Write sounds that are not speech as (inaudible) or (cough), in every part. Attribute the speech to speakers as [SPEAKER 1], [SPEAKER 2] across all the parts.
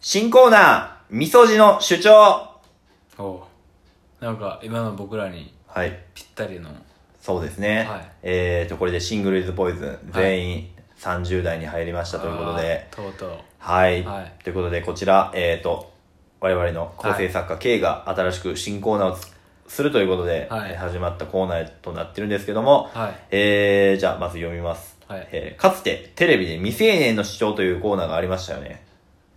[SPEAKER 1] 新コーナー、みそじの主張
[SPEAKER 2] おうなんか今の僕らに
[SPEAKER 1] はい。
[SPEAKER 2] ぴったりの
[SPEAKER 1] そうですね。
[SPEAKER 2] はい
[SPEAKER 1] えーと、これでシングルイズポイズン全員30代に入りましたということで。
[SPEAKER 2] あーとうとう
[SPEAKER 1] はい、
[SPEAKER 2] はい
[SPEAKER 1] ということで、こちら、えっ、と、我々の構成作家 K が新しく新コーナーをつするということで、
[SPEAKER 2] はい
[SPEAKER 1] えー始まったコーナーとなってるんですけども、
[SPEAKER 2] はい
[SPEAKER 1] えー、じゃあまず読みます、
[SPEAKER 2] はい
[SPEAKER 1] えーかつてテレビで未成年の主張というコーナーがありましたよね。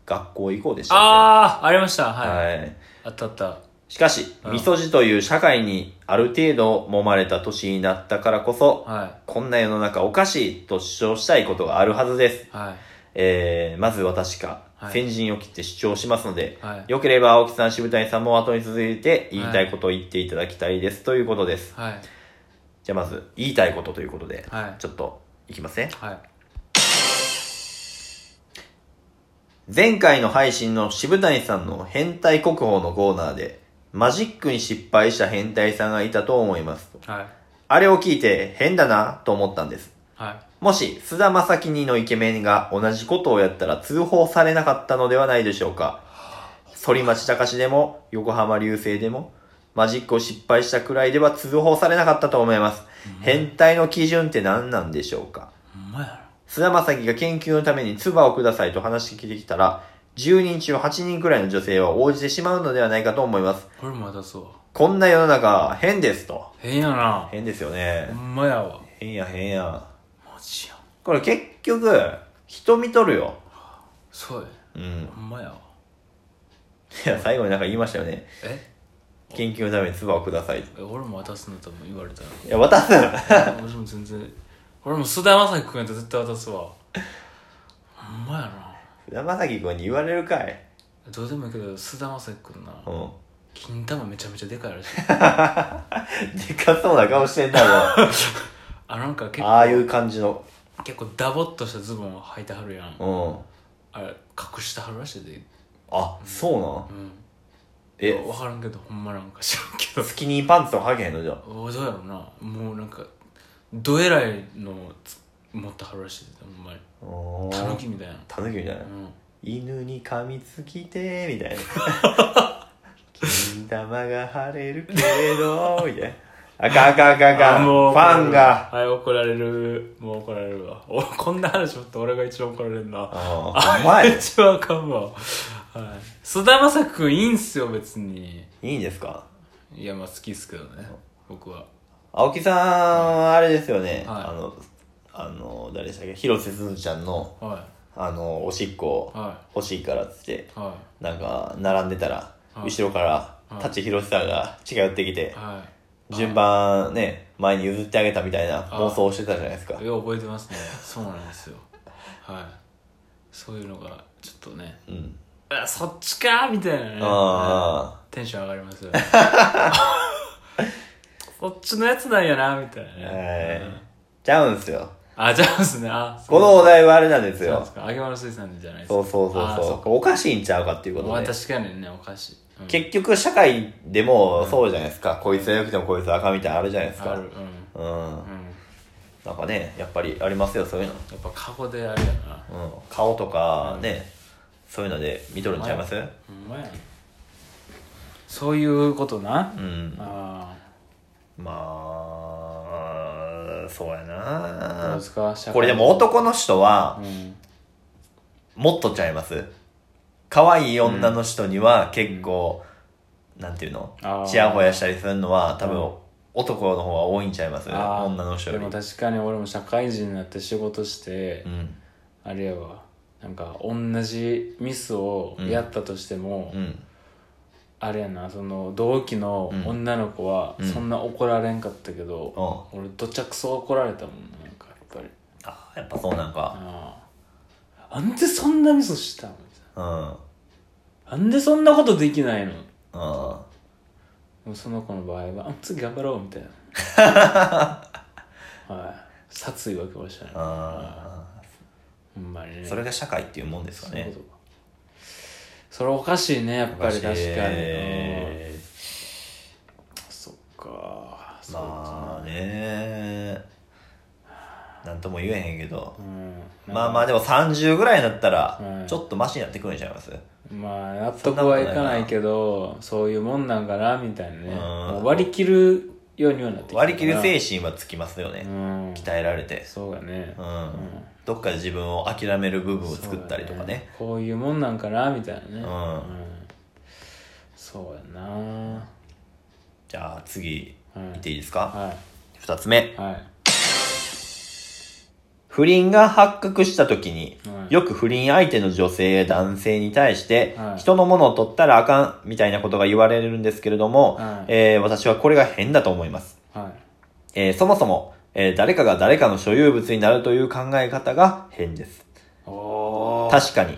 [SPEAKER 1] 学校以降でしたっけ
[SPEAKER 2] ああありましたはい、
[SPEAKER 1] はい。
[SPEAKER 2] あったあった
[SPEAKER 1] しかし、
[SPEAKER 2] うん
[SPEAKER 1] みそじという社会にある程度揉まれた年になったからこそ、
[SPEAKER 2] は
[SPEAKER 1] こんな世の中おかしいと主張したいことがあるはずです。
[SPEAKER 2] いはい
[SPEAKER 1] えー、まず私が
[SPEAKER 2] はい
[SPEAKER 1] 先陣を切って主張しますので、
[SPEAKER 2] はい
[SPEAKER 1] よければ青木さん、渋谷さんも後に続いて言いたいことを言っていただきたいです、ということです。
[SPEAKER 2] はい
[SPEAKER 1] じゃあまず、言いたいことということで、
[SPEAKER 2] はい
[SPEAKER 1] ちょっといきますね。
[SPEAKER 2] はい
[SPEAKER 1] 前回の配信の渋谷さんの変態国宝のコーナーで、マジックに失敗した変態さんがいたと思います。
[SPEAKER 2] はい
[SPEAKER 1] あれを聞いて変だなと思ったんです。
[SPEAKER 2] はい
[SPEAKER 1] もし、菅田正樹のイケメンが同じことをやったら通報されなかったのではないでしょうか。反町隆史でも、横浜流星でも、マジックを失敗したくらいでは通報されなかったと思います。変態の基準って何なんでしょうか
[SPEAKER 2] ほんまや
[SPEAKER 1] 菅田正樹が研究のために唾をくださいと話してきてきたら、10人中8人くらいの女性は応じてしまうのではないかと思います。
[SPEAKER 2] なこれも出そう
[SPEAKER 1] こんな世の中、変ですと。
[SPEAKER 2] 変やな
[SPEAKER 1] 変ですよ
[SPEAKER 2] ほ
[SPEAKER 1] ね。
[SPEAKER 2] んまやわ
[SPEAKER 1] 変や変や。
[SPEAKER 2] マジやん
[SPEAKER 1] これ結局、人見とるよ。
[SPEAKER 2] そうや
[SPEAKER 1] うん。
[SPEAKER 2] ほんまやわ
[SPEAKER 1] いや、最後になんか言いましたよね。
[SPEAKER 2] え
[SPEAKER 1] 研究のために唾をください。い
[SPEAKER 2] え俺も渡すんだと思う言われた
[SPEAKER 1] や、渡す
[SPEAKER 2] ら (laughs) 俺も全然俺も菅田将暉君やったら絶対渡すわほんまやな
[SPEAKER 1] 菅田将暉君に言われるかい。
[SPEAKER 2] どうでもいいけど菅田将暉君な
[SPEAKER 1] うん。
[SPEAKER 2] 金玉めちゃめちゃでかいらしい
[SPEAKER 1] でかそうな顔してんだもん。
[SPEAKER 2] あなんか結構
[SPEAKER 1] ああいう感じの。
[SPEAKER 2] 結構ダボっとしたズボンを履いてはるやん
[SPEAKER 1] うん。
[SPEAKER 2] あれ隠してはるらしいで
[SPEAKER 1] あ、そうなん
[SPEAKER 2] うん
[SPEAKER 1] え、
[SPEAKER 2] 分からんけどほんまなんか (laughs) 知らんけど
[SPEAKER 1] スキニーパンツとか履けへんのじゃあ。
[SPEAKER 2] おどうやろなもうなんかどえらいのをつ持ってはるらしいでほんまに
[SPEAKER 1] うーん
[SPEAKER 2] たぬきみたいな
[SPEAKER 1] たぬきみたいな
[SPEAKER 2] う。ん
[SPEAKER 1] 犬に噛みつきてみたいな金玉が腫れるけれどみたいなあかんあかんあかんあかんフ
[SPEAKER 2] 怒られ
[SPEAKER 1] ァ
[SPEAKER 2] る
[SPEAKER 1] ンが
[SPEAKER 2] はい怒られるもう怒られるわおこんな話もって俺が一番怒られるな
[SPEAKER 1] あお前い
[SPEAKER 2] 一番あかんわはい菅田将暉君いいんすよ別に
[SPEAKER 1] いんですか
[SPEAKER 2] いやまあ好きっすけどね僕は
[SPEAKER 1] 青木さんはあれですよね、
[SPEAKER 2] はい
[SPEAKER 1] あのあの誰でしたっけ広瀬すずちゃんの
[SPEAKER 2] は
[SPEAKER 1] あのおしっこ
[SPEAKER 2] いは
[SPEAKER 1] 欲しいからっつって
[SPEAKER 2] いは
[SPEAKER 1] なんか並んでたら、
[SPEAKER 2] はい
[SPEAKER 1] 後ろから
[SPEAKER 2] い
[SPEAKER 1] 舘ひろしさんが近寄ってきて
[SPEAKER 2] い、は
[SPEAKER 1] 順番ね前に譲ってあげたみたいな妄想をしてたじゃないですか
[SPEAKER 2] いよう覚えてますねそうなんですよはいそういうのがちょっとね
[SPEAKER 1] うん
[SPEAKER 2] あそっちかみたいなね
[SPEAKER 1] ああ
[SPEAKER 2] テンション上がりますよね (laughs) そっちのやつなんやなみたいなね、
[SPEAKER 1] はいちゃうんすよ。
[SPEAKER 2] あじゃあですねあ
[SPEAKER 1] このお題はあれなんです
[SPEAKER 2] そうなん
[SPEAKER 1] よ
[SPEAKER 2] です。か揚げ物水産じゃないですか
[SPEAKER 1] そうそうそう
[SPEAKER 2] あ
[SPEAKER 1] そう。
[SPEAKER 2] そ
[SPEAKER 1] これおかしいんちゃうかっていう
[SPEAKER 2] う
[SPEAKER 1] こ
[SPEAKER 2] ま
[SPEAKER 1] と
[SPEAKER 2] あ
[SPEAKER 1] で。
[SPEAKER 2] 確かにねおかしい、うん
[SPEAKER 1] 結局、社会でもそうじゃないですか。こいつは良くてもこいつは赤みたいなのあるじゃないです
[SPEAKER 2] あ
[SPEAKER 1] か
[SPEAKER 2] る。うん
[SPEAKER 1] うん。
[SPEAKER 2] うん
[SPEAKER 1] なんかね、やっぱりありますよ、そういう
[SPEAKER 2] やっぱ過去であれやな
[SPEAKER 1] の。うん。顔とかね、そういうので見とるんちゃいますう
[SPEAKER 2] ほんまやそういうことな、
[SPEAKER 1] ん。
[SPEAKER 2] あ
[SPEAKER 1] まあ、そうや
[SPEAKER 2] あどう
[SPEAKER 1] な
[SPEAKER 2] ですか社会
[SPEAKER 1] これでも男の人は
[SPEAKER 2] う、ん
[SPEAKER 1] もっとちゃいます可愛い女の人には結構、なんていうの
[SPEAKER 2] あー
[SPEAKER 1] ちやほやしたりするのは多分男の方が多いんちゃいます
[SPEAKER 2] あー
[SPEAKER 1] 女の人
[SPEAKER 2] で
[SPEAKER 1] より
[SPEAKER 2] も確かに俺も社会人になって仕事して、
[SPEAKER 1] うん
[SPEAKER 2] あれやわなんか同じミスをやったとしても、
[SPEAKER 1] うん
[SPEAKER 2] あれやなその同期の女の子は
[SPEAKER 1] ん
[SPEAKER 2] そんな怒られんかったけど、
[SPEAKER 1] あ
[SPEAKER 2] 俺どちゃくそ怒られたもんななんかやっぱり
[SPEAKER 1] あーやっぱそうなんか
[SPEAKER 2] ああなんでそんなミスしたのみたい
[SPEAKER 1] うんうん
[SPEAKER 2] ななんでそんなことできないの
[SPEAKER 1] あ
[SPEAKER 2] もうその子の場合はあ「次頑張ろう」み
[SPEAKER 1] (laughs)
[SPEAKER 2] たいなはい殺意分けましたね
[SPEAKER 1] あ
[SPEAKER 2] ほんまにね
[SPEAKER 1] それが社会っていうもんですか
[SPEAKER 2] そういう
[SPEAKER 1] ね
[SPEAKER 2] ことかそれおかしいねやっぱり確かにうん
[SPEAKER 1] え
[SPEAKER 2] そっか
[SPEAKER 1] ー
[SPEAKER 2] そう
[SPEAKER 1] まあねなんとも言えへんけど
[SPEAKER 2] うん
[SPEAKER 1] まあまあでも30ぐらいになったら
[SPEAKER 2] うん
[SPEAKER 1] ちょっとマシになってくるんちゃいます
[SPEAKER 2] まあ納得はいかないけどそういうもんなんかなみたいなね
[SPEAKER 1] うん
[SPEAKER 2] もう割り切るようにはなってきたから
[SPEAKER 1] 割り切る精神はつきますよね、
[SPEAKER 2] うん
[SPEAKER 1] 鍛えられて、
[SPEAKER 2] そうだね
[SPEAKER 1] うんどっかで自分を諦める部分を作ったりとかね
[SPEAKER 2] そうだこういうもんなんかなみたいなね
[SPEAKER 1] う
[SPEAKER 2] うんそうやな
[SPEAKER 1] じゃあ次
[SPEAKER 2] うん
[SPEAKER 1] 見ていいですか、
[SPEAKER 2] は
[SPEAKER 1] 二つ目
[SPEAKER 2] いはい
[SPEAKER 1] 不倫が発覚した時に、
[SPEAKER 2] はい
[SPEAKER 1] よく不倫相手の女性や男性に対して、
[SPEAKER 2] はい
[SPEAKER 1] 人のものを取ったらあかんみたいなことが言われるんですけれども、
[SPEAKER 2] はい
[SPEAKER 1] えー私はこれが変だと思います。
[SPEAKER 2] は
[SPEAKER 1] えーそもそも、えー誰かが誰かの所有物になるという考え方が変です。
[SPEAKER 2] いおー
[SPEAKER 1] 確かに、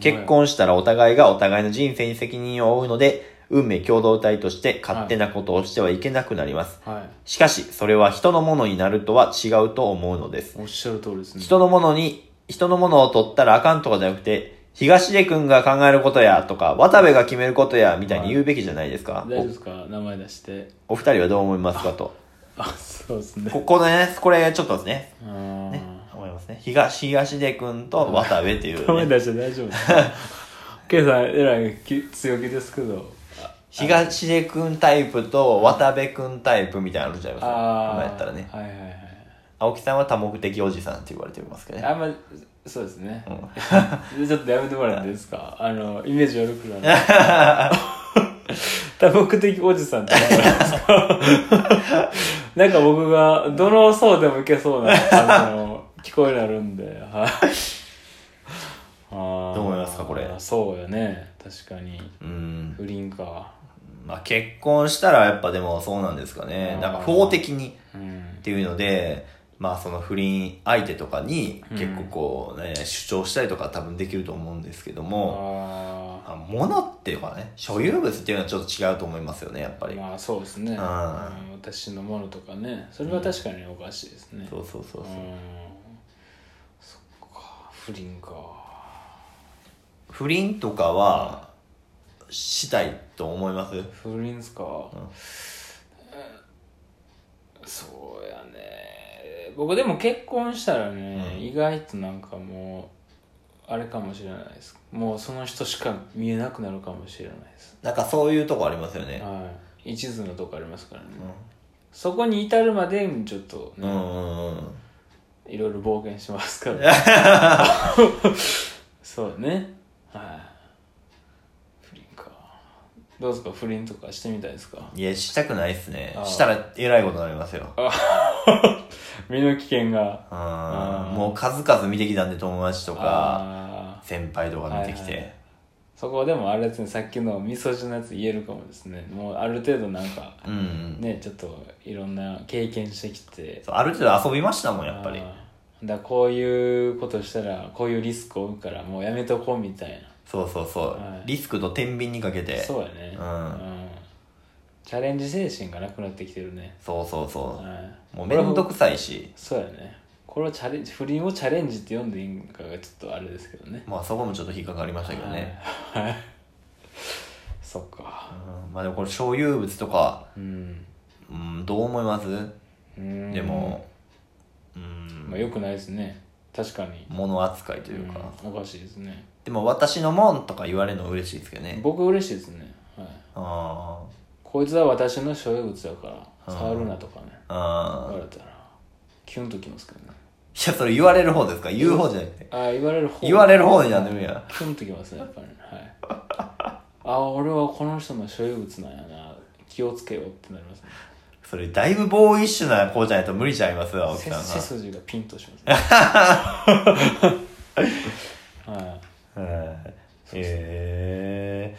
[SPEAKER 1] 結婚したらお互いがお互いの人生に責任を負うので、運命共同体として勝手なことをしてはいけなくなります。
[SPEAKER 2] はい
[SPEAKER 1] しかし、それは人のものになるとは違うと思うのです。
[SPEAKER 2] おっしゃる通りですね
[SPEAKER 1] 人のものに、人のものを取ったらあかんとかじゃなくて、東出くんが考えることやとか、渡部が決めることやみたいに言うべきじゃないですか
[SPEAKER 2] 大。丈夫ですか名前出して
[SPEAKER 1] おお二人はどう思いますかと。
[SPEAKER 2] あそうですね
[SPEAKER 1] ここでね、これちょっとですね、
[SPEAKER 2] うーん
[SPEAKER 1] 思いますね。東、東出くんと渡部って
[SPEAKER 2] (laughs)
[SPEAKER 1] い
[SPEAKER 2] 名
[SPEAKER 1] う、
[SPEAKER 2] 前
[SPEAKER 1] ね。
[SPEAKER 2] 出して大丈夫で
[SPEAKER 1] (laughs)
[SPEAKER 2] すかケイさんえらいき強気ですけど
[SPEAKER 1] 東出くんタイプと渡部くんタイプみたいなのあるじゃないですか。
[SPEAKER 2] あ
[SPEAKER 1] 今
[SPEAKER 2] あ
[SPEAKER 1] やったらね。
[SPEAKER 2] はいはいはい
[SPEAKER 1] 青木さんは多目的おじさんって言われてますけどね。
[SPEAKER 2] あんまそうですね、ちょっとやめてもらっていいですかあのイメージ悪くなる (laughs) 多目的おじさんって言われますか (laughs) なんか僕がどの層でもいけそうな感じの聞こえになるんで (laughs) はいあー
[SPEAKER 1] どう思いますかこれ
[SPEAKER 2] そうよね確かに
[SPEAKER 1] うん。
[SPEAKER 2] 不倫か
[SPEAKER 1] まあ結婚したらやっぱでもそうなんですかね。なんか法的に。
[SPEAKER 2] うん
[SPEAKER 1] っていうので、まあその不倫相手とかに結構こうね、主張したりとか多分できると思うんですけども、
[SPEAKER 2] あ
[SPEAKER 1] あ物っていうかね、所有物っていうのはちょっと違うと思いますよね、やっぱ
[SPEAKER 2] あ
[SPEAKER 1] り。
[SPEAKER 2] まあそうですね、うん
[SPEAKER 1] あ
[SPEAKER 2] 私のものとかねそれは確かにおかしいですね、
[SPEAKER 1] そうそうそうそう
[SPEAKER 2] う。んそっか不倫か
[SPEAKER 1] 不倫とかはしたいと思います
[SPEAKER 2] 不倫っすか、えーそうやね僕でも結婚したらね、
[SPEAKER 1] うん
[SPEAKER 2] 意外となんかもうあれかもしれないですもうその人しか見えなくなるかもしれないです、
[SPEAKER 1] なんかそういうとこありますよね。
[SPEAKER 2] はい、一途のとこありますからね、
[SPEAKER 1] うん
[SPEAKER 2] そこに至るまでにちょっと
[SPEAKER 1] う
[SPEAKER 2] ね、
[SPEAKER 1] んうんうん。
[SPEAKER 2] いろいろ冒険しますから (laughs) そうねはい不倫かどうですか不倫とかしてみたいですか
[SPEAKER 1] いや、したくないっすね
[SPEAKER 2] あ。ー
[SPEAKER 1] したらえらいことになりますよ。
[SPEAKER 2] 身の危険が
[SPEAKER 1] うん。もう数々見てきたんで、友達とか、
[SPEAKER 2] あー
[SPEAKER 1] 先輩とか見てき
[SPEAKER 2] はいは
[SPEAKER 1] て。
[SPEAKER 2] そこでもあれですねさっきのみそ汁のやつ言えるかもですねもうある程度なんか
[SPEAKER 1] うんうん。
[SPEAKER 2] ねちょっといろんな経験してきて
[SPEAKER 1] そうある程度遊びましたもん、やっぱり。
[SPEAKER 2] あーだからこういうことしたらこういうリスクを負うからもうやめとこうみたいな
[SPEAKER 1] そうそうそう、
[SPEAKER 2] はい
[SPEAKER 1] リスクと天秤にかけてそう
[SPEAKER 2] そうやね
[SPEAKER 1] うん
[SPEAKER 2] チャレンジ精神がなくなってきてるね、
[SPEAKER 1] そうそう
[SPEAKER 2] はい、
[SPEAKER 1] もうめんど
[SPEAKER 2] これは
[SPEAKER 1] くさいし
[SPEAKER 2] そうやねこれはチャレンジ不倫をチャレンジって読んでいいんかがちょっとあれですけどね
[SPEAKER 1] まあそこもちょっと引っかかりましたけどね、
[SPEAKER 2] はいはい (laughs) そっか
[SPEAKER 1] うん、まあでもこれ所有物とか、
[SPEAKER 2] うん
[SPEAKER 1] うん、どう思います
[SPEAKER 2] うん
[SPEAKER 1] でもうん
[SPEAKER 2] まあよくないですね確かに
[SPEAKER 1] 物扱いというか、
[SPEAKER 2] うんおかしいですね
[SPEAKER 1] でも私のもんとか言われるの嬉しいですけどね
[SPEAKER 2] 僕嬉しいですね、はい、
[SPEAKER 1] あー
[SPEAKER 2] こいつは私の所有物だから触るなとかね
[SPEAKER 1] あ
[SPEAKER 2] 言
[SPEAKER 1] ー
[SPEAKER 2] われたらキュンときますけどね
[SPEAKER 1] いやそれ言われる方ですか言う方じゃなくて
[SPEAKER 2] ああ言われる方
[SPEAKER 1] 言われる方になるんや
[SPEAKER 2] キュンときますねやっぱりねはいあ俺はこの人の所有物なんやな気をつけようってなりますね
[SPEAKER 1] それだいぶボーイッシュな子じゃないと無理ちゃいます青木
[SPEAKER 2] 背
[SPEAKER 1] さんは
[SPEAKER 2] 背筋がピンとしますねはい
[SPEAKER 1] へえ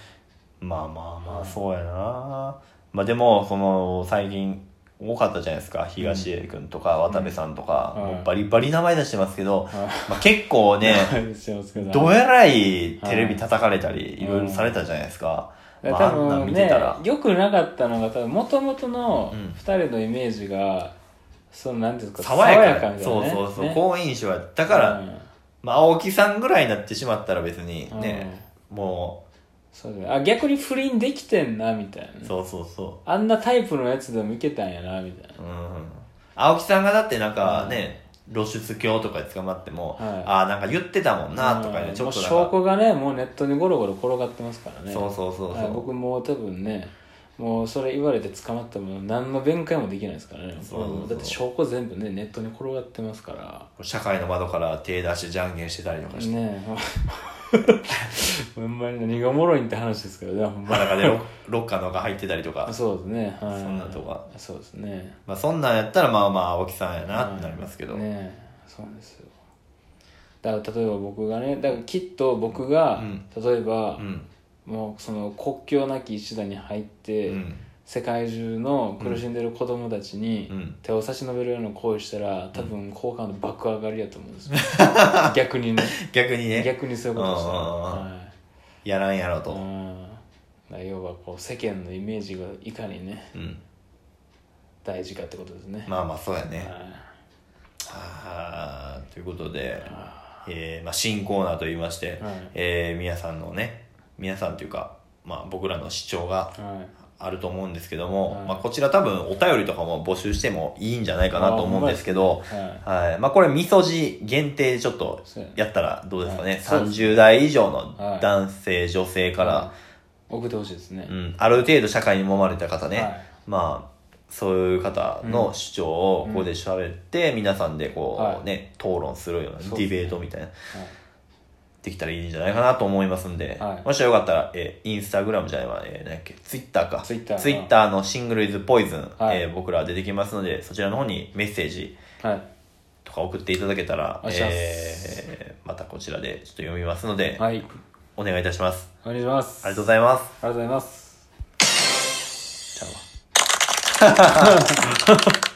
[SPEAKER 1] まあまあまあそうやなまあでもその最近多かったじゃないですか東江君とか渡部さんとか、
[SPEAKER 2] うんはい
[SPEAKER 1] もうバリバリ名前出してますけど、
[SPEAKER 2] は
[SPEAKER 1] まあ、結構
[SPEAKER 2] (laughs)
[SPEAKER 1] ね
[SPEAKER 2] いすいません
[SPEAKER 1] ど
[SPEAKER 2] だか
[SPEAKER 1] えらいテレビ叩かれたりいろいろされたじゃないですか、
[SPEAKER 2] ら
[SPEAKER 1] まあ、あん
[SPEAKER 2] 多
[SPEAKER 1] なん
[SPEAKER 2] 分
[SPEAKER 1] 見て
[SPEAKER 2] ね
[SPEAKER 1] たら、
[SPEAKER 2] 良くなかったのが多分もともとの
[SPEAKER 1] うん
[SPEAKER 2] 2人のイメージがそのなんていうんですか
[SPEAKER 1] 爽やか
[SPEAKER 2] みたい
[SPEAKER 1] そう
[SPEAKER 2] なね
[SPEAKER 1] そうそう、
[SPEAKER 2] ね
[SPEAKER 1] 好印象やったから、
[SPEAKER 2] うん
[SPEAKER 1] まあ青木さんぐらいになってしまったら別にね、も
[SPEAKER 2] そうだねあ逆に不倫できてんなみたいな
[SPEAKER 1] う
[SPEAKER 2] ね
[SPEAKER 1] そうそうそう
[SPEAKER 2] あんなタイプのやつでもいけたんやなみたいな
[SPEAKER 1] うん青木さんがだってなんかね、露出狂とかで捕まっても、
[SPEAKER 2] はい
[SPEAKER 1] ああなんか言ってたもんなとか
[SPEAKER 2] う
[SPEAKER 1] ね
[SPEAKER 2] ん
[SPEAKER 1] ちょっと
[SPEAKER 2] もう
[SPEAKER 1] なん
[SPEAKER 2] 証
[SPEAKER 1] か
[SPEAKER 2] 拠がねもうネットにゴロゴロ転がってますからね
[SPEAKER 1] そうそうそうそ
[SPEAKER 2] はいう僕もう多分ねもうそれ言われて捕まったもの何の弁解もできないですからね
[SPEAKER 1] そうそうそう
[SPEAKER 2] だって証拠全部ねネットに転がってますから
[SPEAKER 1] 社会の窓から手出してじゃんけんしてたりとかして、
[SPEAKER 2] ね (laughs) えほんまに何がおもろいんって話ですけどねほんま
[SPEAKER 1] 裸でロロッカーの中入ってたりとか、
[SPEAKER 2] そうですね、はい、
[SPEAKER 1] そんなとこは
[SPEAKER 2] そうですね
[SPEAKER 1] まあ、そんなんやったらまあまあ青木さんやなってなりますけど、
[SPEAKER 2] ねえそうですよだから例えば僕がねだからきっと僕が、例えば、
[SPEAKER 1] うん
[SPEAKER 2] もうその国境なき一打に入って、
[SPEAKER 1] うん
[SPEAKER 2] 世界中の苦しんでる子供たちに、
[SPEAKER 1] うん
[SPEAKER 2] 手を差し伸べるような行為したら多分好感度爆上がりやと思うんですよ
[SPEAKER 1] (laughs)
[SPEAKER 2] 逆にね
[SPEAKER 1] 逆にね
[SPEAKER 2] 逆にそういうことした
[SPEAKER 1] う
[SPEAKER 2] ら、
[SPEAKER 1] ん
[SPEAKER 2] は
[SPEAKER 1] やらんやろ
[SPEAKER 2] い、う
[SPEAKER 1] と、
[SPEAKER 2] んだから要はこう世間のイメージがいかにね
[SPEAKER 1] うん、
[SPEAKER 2] 大事かってことですね、
[SPEAKER 1] まあまあそうやね、
[SPEAKER 2] はい
[SPEAKER 1] はあということで、えーまあ、新コーナーといいまして、
[SPEAKER 2] はい
[SPEAKER 1] えー皆さんのね皆さんというか、まあ、僕らの主張が
[SPEAKER 2] はい
[SPEAKER 1] あると思うんですけども、
[SPEAKER 2] はい
[SPEAKER 1] まあ、こちら多分お便りとかも募集してもいいんじゃないかなと思うんですけど
[SPEAKER 2] あほんまです
[SPEAKER 1] はいまあ、これみそじ限定でちょっとやったらどうですかね、
[SPEAKER 2] はいそうです
[SPEAKER 1] 30代以上の
[SPEAKER 2] はい
[SPEAKER 1] 男性女性から、
[SPEAKER 2] 送ってほしいですね、
[SPEAKER 1] うん、ある程度社会に揉まれた方ね、
[SPEAKER 2] はい
[SPEAKER 1] まあそういう方の主張をここで喋って、皆さんでこうね、討論するようなデ
[SPEAKER 2] そうですね
[SPEAKER 1] ィベートみたいなできたらいいんじゃないかなと思いますんで、
[SPEAKER 2] はい
[SPEAKER 1] もしよかったら、えーインスタグラムじゃないわ、えー、何やっけツイッターか
[SPEAKER 2] Twitter
[SPEAKER 1] ツイッターのシングルイズポイズン、
[SPEAKER 2] はい
[SPEAKER 1] えー僕ら出てきますのでそちらの方にメッセージ
[SPEAKER 2] はい、はい
[SPEAKER 1] とか送っていただけたら
[SPEAKER 2] お願いします
[SPEAKER 1] えーまたこちらでちょっと読みますので、
[SPEAKER 2] はい、
[SPEAKER 1] お願いいたします
[SPEAKER 2] お願いします
[SPEAKER 1] ありがとうご
[SPEAKER 2] う
[SPEAKER 1] ざいます
[SPEAKER 2] ありがとうございます
[SPEAKER 1] ちゃうわ